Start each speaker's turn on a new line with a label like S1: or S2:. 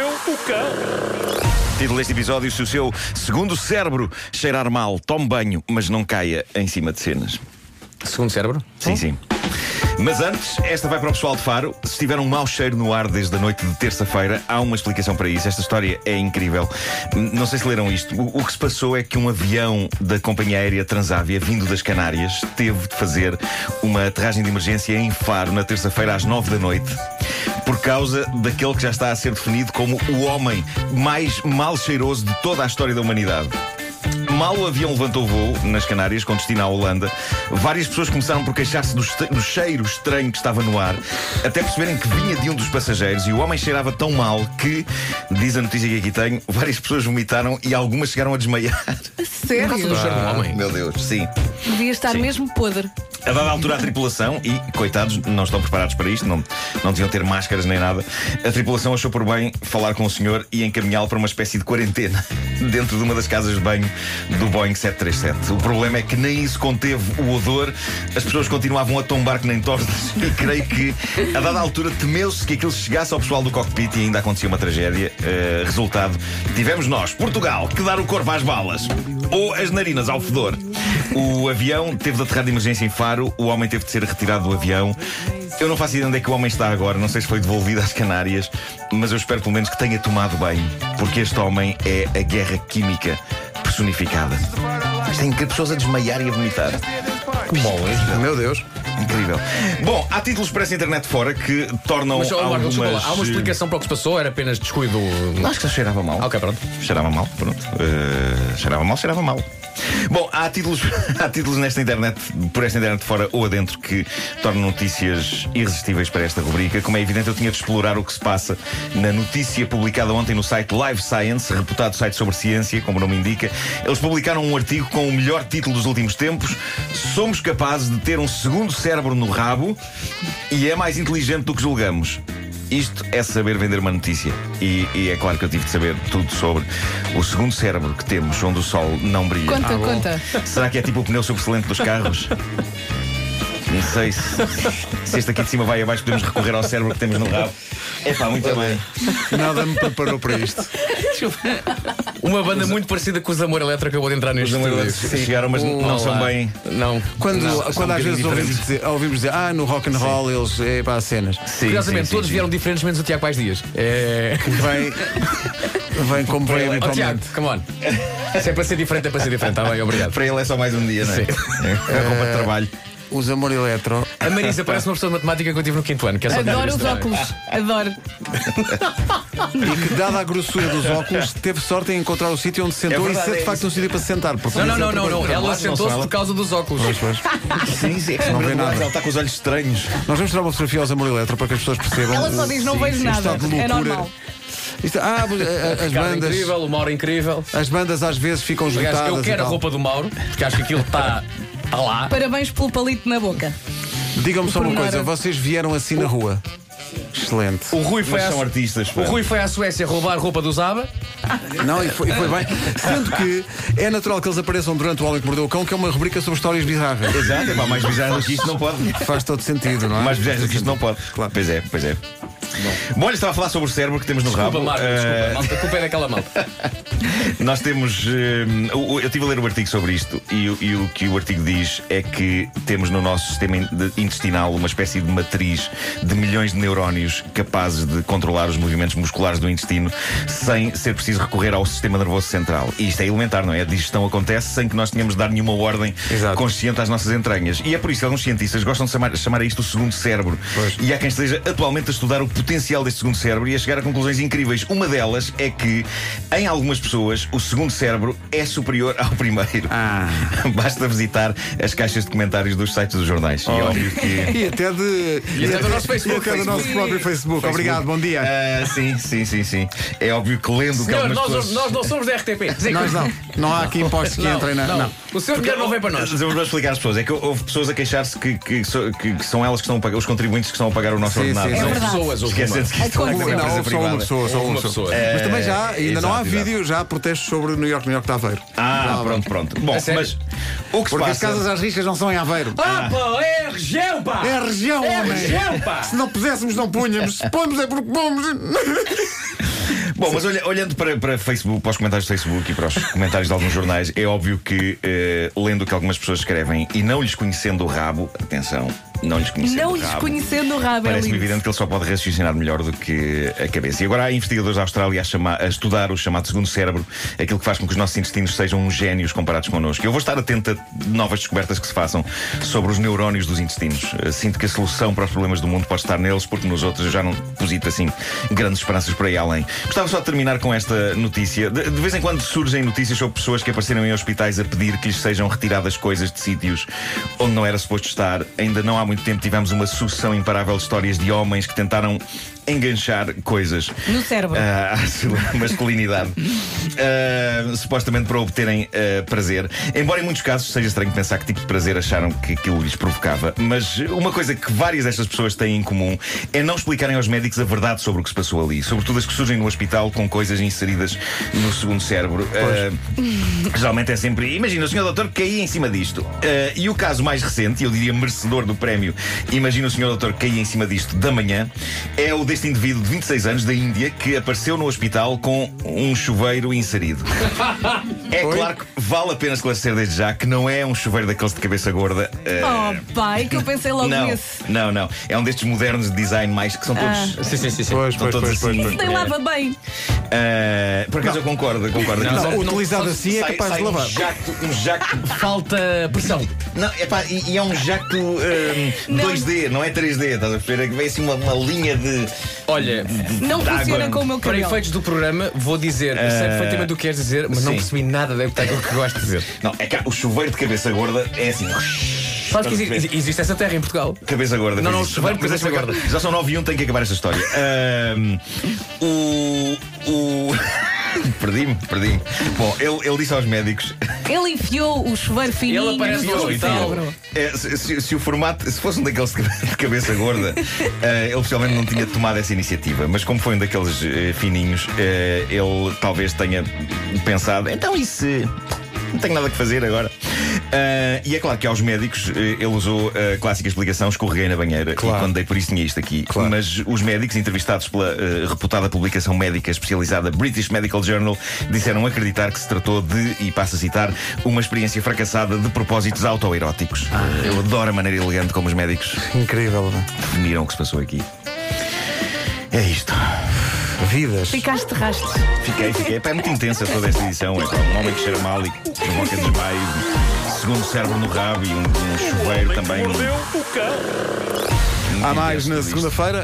S1: Cão.
S2: Título deste episódio: Se o seu segundo cérebro cheirar mal, tome banho, mas não caia em cima de cenas.
S3: Segundo cérebro?
S2: Sim, sim. Mas antes, esta vai para o pessoal de Faro. Se tiver um mau cheiro no ar desde a noite de terça-feira, há uma explicação para isso. Esta história é incrível. Hum, Não sei se leram isto. O, o que se passou é que um avião da companhia aérea Transávia, vindo das Canárias, teve de fazer uma aterragem de emergência em Faro na terça-feira às nove da noite. Por causa daquele que já está a ser definido como o homem mais mal cheiroso de toda a história da humanidade. Mal o avião levantou voo nas Canárias, com destino à Holanda, várias pessoas começaram por queixar-se do, este- do cheiro estranho que estava no ar, até perceberem que vinha de um dos passageiros e o homem cheirava tão mal que, diz a notícia que aqui tenho, várias pessoas vomitaram e algumas chegaram a desmaiar.
S3: Por
S4: Sério?
S3: causa do cheiro do
S4: Um
S3: homem.
S2: Meu Deus, sim.
S4: Devia estar
S2: Sim.
S4: mesmo podre.
S2: A dada altura, a tripulação, e coitados, não estão preparados para isto, não, não deviam ter máscaras nem nada, a tripulação achou por bem falar com o senhor e encaminhá-lo para uma espécie de quarentena dentro de uma das casas de banho do Boeing 737. O problema é que nem isso conteve o odor, as pessoas continuavam a tombar que nem tortas e creio que, a dada altura, temeu-se que aquilo chegasse ao pessoal do cockpit e ainda acontecia uma tragédia. Eh, resultado, tivemos nós, Portugal, que dar o corpo às balas ou as narinas ao fedor. O avião teve de aterrar de emergência em Faro, o homem teve de ser retirado do avião. Eu não faço ideia onde é que o homem está agora, não sei se foi devolvido às Canárias, mas eu espero pelo menos que tenha tomado bem, porque este homem é a guerra química personificada. Isto é incrível, pessoas a desmaiar e a vomitar.
S3: Que molas. Meu Deus.
S2: Incrível. Bom, há títulos para essa internet fora que tornam
S3: Mas, ó, Marco,
S2: algumas...
S3: desculpa lá. Há uma explicação para o que se passou? Era apenas descuido. Ah,
S2: Acho que já cheirava mal.
S3: Ok, pronto.
S2: Cheirava mal, pronto. Eh, cheirava mal, cheirava mal. Bom, há títulos, há títulos nesta internet, por esta internet fora ou adentro, que tornam notícias irresistíveis para esta rubrica. Como é evidente, eu tinha de explorar o que se passa na notícia publicada ontem no site Live Science, reputado site sobre ciência, como o nome indica. Eles publicaram um artigo com o melhor título dos últimos tempos: Somos capazes de ter um segundo cérebro no rabo e é mais inteligente do que julgamos. Isto é saber vender uma notícia. E, e é claro que eu tive de saber tudo sobre o segundo cérebro que temos, onde o sol não brilha.
S4: Conta,
S3: bom.
S4: conta.
S2: Será que é tipo o pneu sobressalente dos carros? Não sei se, se este aqui de cima vai abaixo, podemos recorrer ao cérebro que temos no rabo. É pá, muito bem.
S5: Nada me preparou para isto.
S3: Uma banda muito parecida com os Amor Eletro acabou de entrar
S2: Os
S3: neste
S2: Amor
S3: estúdio.
S2: Eletro que chegaram, mas
S3: Olá.
S2: não são bem-
S3: Não.
S5: Quando,
S3: Não, são
S5: quando
S3: um
S5: às vezes
S3: bocadinho
S5: ouvimos
S3: diferentes.
S5: dizer, ouvimos dizer, ah, no rock and roll eles é para as cenas.
S2: Sim,
S3: Curiosamente,
S2: sim, sim,
S3: todos
S2: sim.
S3: vieram diferentes, menos o Tiago Pais Dias. É.
S5: Vem, vem como
S3: Oh,
S5: vem
S3: Tiago,
S5: habitualmente.
S3: come on. Se é para ser diferente, é para ser diferente. Está bem, obrigado.
S2: Para ele é só mais um dia, não é?
S3: Sim.
S2: É a roupa de trabalho.
S5: Os Amor Eletro.
S3: A Marisa parece uma pessoa de matemática que eu tive no quinto ano. Que é só dizer
S4: Adoro
S3: isto
S4: os
S3: também.
S4: óculos. Adoro.
S5: E que, dada a grossura dos óculos, teve sorte em encontrar o sítio onde se sentou
S2: É
S5: e
S2: verdade,
S5: se é de
S2: é
S5: facto um sítio para se sentar. Porque
S3: Não, não, não, não, não. Ela
S2: são
S3: sentou-se
S2: ela.
S3: por causa dos óculos.
S2: Sim, sim, é que
S5: Não vê nada.
S2: Ele está com os olhos estranhos.
S5: Nós vamos tirar uma fotografia aos Amor Eletro para que as pessoas percebam.
S4: Ela só
S5: o-
S4: diz não
S5: sim,
S4: vejo
S5: sim, o
S4: nada.
S5: estado de
S4: É
S5: loucura.
S4: normal.
S5: Isto- ah, as, as
S3: Ricardo
S5: bandas.
S3: incrível, o Mauro incrível.
S5: As bandas às vezes ficam
S3: Aliás,
S5: esgotadas.
S3: eu
S5: e
S3: quero a
S5: tal.
S3: roupa do Mauro, porque acho que aquilo está está lá.
S4: Parabéns pelo palito na boca.
S5: Digam-me só uma
S4: pormenor.
S5: coisa, vocês vieram assim na rua. Excelente.
S3: O Rui foi,
S2: Mas
S3: à,
S2: são artistas.
S3: o
S2: pá.
S3: Rui foi à Suécia roubar roupa do Zaba.
S5: Não, e foi, e foi bem. Sendo que é natural que eles apareçam durante o Homem que Mordeu o Cão, que é uma rubrica sobre histórias bizarras.
S2: Exato, é pá, mais bizarro do que isto não pode.
S5: Faz todo sentido, não é?
S2: Mais bizarro do que isto não pode.
S5: Claro.
S2: Pois é, pois é. Bom, olha, estava a falar sobre o cérebro que temos no
S3: Desculpa,
S2: rabo.
S3: Marco,
S2: Eh,
S3: desculpa. Malta, a culpa é daquela malta.
S2: Nós temos. eh, o- o- eu estive a ler um artigo sobre isto e, o- e o que o artigo diz é que temos no nosso sistema in- de- intestinal uma espécie de matriz de milhões de neurónios capazes de controlar os movimentos musculares do intestino sem ser preciso recorrer ao sistema nervoso central. E isto é elementar, não é? A digestão acontece sem que nós tenhamos de dar nenhuma ordem
S5: Exato.
S2: consciente às nossas entranhas. E é por isso que alguns cientistas gostam de chamar, chamar a isto o segundo cérebro. E há quem esteja atualmente a estudar o potencial deste segundo cérebro e a chegar a conclusões incríveis. Uma delas é que, em algumas pessoas, o segundo cérebro é superior ao primeiro.
S3: Ah.
S5: Ah.
S2: Basta visitar as caixas de comentários dos sites dos jornais. E é óbvio que.
S5: E até de.
S3: E até do nosso Facebook.
S5: E até do nosso
S3: Facebook.
S5: próprio Facebook. Obrigado, bom dia.
S2: Ah, sim, sim, sim, sim. É óbvio que lendo o que
S3: Senhor,
S2: algumas
S3: nós,
S2: pessoas.
S3: nós não somos da RTP. Dizer que-
S5: Nós não. Não há aqui impostos que entrem na.
S3: não.
S5: Não.
S3: O seu dinheiro não vem para nós.
S2: Mas Vamos explicar às pessoas. É que houve pessoas a queixar-se que, que so- que- que são elas que estão a pagar, os contribuintes que estão a pagar o nosso
S5: Sim,
S2: ordenado.
S5: sim, sim.
S2: Não
S4: É verdade.
S3: Pessoas, houve uma.
S2: Esquecem-se que isto é uma
S4: Aconteceu.
S2: empresa
S5: Não, houve só uma
S2: privada.
S5: pessoa, só
S3: Houve
S5: uma
S3: uma
S5: pessoa.
S3: pessoa. É.
S5: Mas também já,
S2: Eh,
S5: ainda não há
S2: exato, exato.
S5: vídeo, já há protestos sobre New York, New York de Aveiro.
S2: Ah, pronto, pronto. Bom,
S3: A sério?
S2: mas o que se
S5: É Porque
S2: passa.
S5: as casas às riscas não são em Aveiro.
S3: Ah, pá, é a região, pá!
S5: É a região,
S3: É a
S5: homem.
S3: região, pá!
S5: Se não pudéssemos, não punhamos. Se pomos é porque pomos.
S2: Bom, mas olha- olhando para, para, Facebook, para os comentários do Facebook e para os comentários de alguns jornais, é óbvio que, eh, lendo o que algumas pessoas escrevem e não lhes conhecendo o rabo, atenção, não lhes conhecendo
S4: Não
S2: o
S4: lhes
S2: é rabo.
S4: conhecendo o rabo, é
S2: Parece-me
S4: lindo.
S2: evidente que ele só pode raciocinar melhor do que a cabeça. E agora há investigadores da Austrália a, chama- a estudar o chamado segundo cérebro, aquilo que faz com que os nossos intestinos sejam uns gênios comparados connosco. Eu vou estar atento a novas descobertas que se façam sobre os neurónios dos intestinos. Eh, Sinto que a solução para os problemas do mundo pode estar neles, porque nos outros eu já não deposito assim grandes esperanças por aí além. Gostava só de terminar com esta notícia. De, de vez em quando surgem notícias sobre pessoas que apareceram em hospitais a pedir que lhes sejam retiradas coisas de sítios onde não era suposto estar. Ainda não há muito tempo tivemos uma sucessão imparável de histórias de homens que tentaram enganchar coisas
S4: No cérebro.
S2: ah, à sua masculinidade, Ah, supostamente para obterem ah, prazer. Embora em muitos casos seja estranho pensar que tipo de prazer acharam que aquilo lhes provocava, mas uma coisa que várias destas pessoas têm em comum é não explicarem aos médicos a verdade sobre o que se passou ali, sobretudo as que surgem no hospital com coisas inseridas no segundo cérebro. Ah, geralmente é sempre, imagina, o senhor doutor caía em cima disto. Ah, e o caso mais recente, e eu diria merecedor do prémio, imagina o senhor doutor caía em cima disto da manhã, é o deste indivíduo de 26 anos da Índia que apareceu no hospital com um chuveiro inserido. É claro que vale a pena esclarecer desde já que não é um chuveiro daqueles de cabeça gorda. ah,
S4: Oh, pai, que eu pensei logo
S2: não,
S4: nesse. Ah.
S2: não, não. É um destes modernos de design mais que são todos.
S3: Sim, sim, sim. sim.
S5: Pois,
S2: Estão
S5: pois,
S2: todos
S5: pois, pois.
S2: assim.
S5: pois.
S4: Isso nem lava bem.
S2: Ah, por acaso eu concordo, eu concordo.
S3: Não,
S5: Não,
S3: não,
S5: utilizado
S3: só-
S5: assim é
S2: Sai-
S5: capaz
S2: sai
S5: de lavar.
S2: Um jacto, um jacto
S3: Falta pressão.
S2: Não, epá, e, e é um jacto hum,
S4: Não.
S2: 2D, não é 3D, estás a ver? É que Vem assim uma, uma linha de.
S3: Olha,
S4: Não
S2: Dá
S4: funciona
S2: água.
S4: com o meu
S3: para
S4: cabelo.
S3: efeitos do programa, vou dizer, eu sei
S2: Eh,
S3: perfeitamente o que queres dizer, mas não
S2: sim.
S3: percebi nada daquilo que gosto de dizer.
S2: Não, é cá, o chuveiro de cabeça gorda é assim.
S3: Sabes que
S2: Estás a
S3: exi- existe essa terra em Portugal?
S2: Cabeça gorda.
S3: Não,
S2: fez
S3: não,
S2: isso.
S3: chuveiro de
S2: mas
S3: cabeça
S2: deixa-me
S3: gorda.
S2: acabar. Já são 9 e 1, tenho que acabar esta história. Ahm, o. O. Perdi-me, perdi-me. Bom, ele, ele disse aos médicos.
S4: Ele enfiou o chuveiro fininho
S3: Ele aparece
S4: no
S3: no hospital.
S4: cérebro.
S2: um é, se, se- se o formato. Se fosse um daqueles de cabe- de cabeça gorda, eh, ele oficialmente não tinha tomado essa iniciativa. Mas como foi um daqueles eh, fininhos, eh, ele talvez tenha pensado. Então e se. Não tenho nada que fazer agora. Ah, e é claro que aos médicos eh, ele usou a clássica explicação: escorreguei na banheira e quando dei por isso tinha isto aqui. Mas os médicos, entrevistados pela eh, reputada publicação médica especializada British Medical Journal, disseram acreditar que se tratou de, e passo a citar, uma experiência fracassada de propósitos autoeróticos.
S5: Ah.
S2: Eu adoro a maneira elegante como os médicos
S5: Incrível. né?
S2: definiram o que se passou aqui. É isto.
S5: Vidas.
S4: Ficaste rastes.
S2: Fiquei, fiquei. Pá, É muito intensa toda esta edição. É pá, um homem que cheira mal e provoca desmaio, segundo cérebro no rabo e um, um chuveiro também.
S5: Há mais na segunda-feira.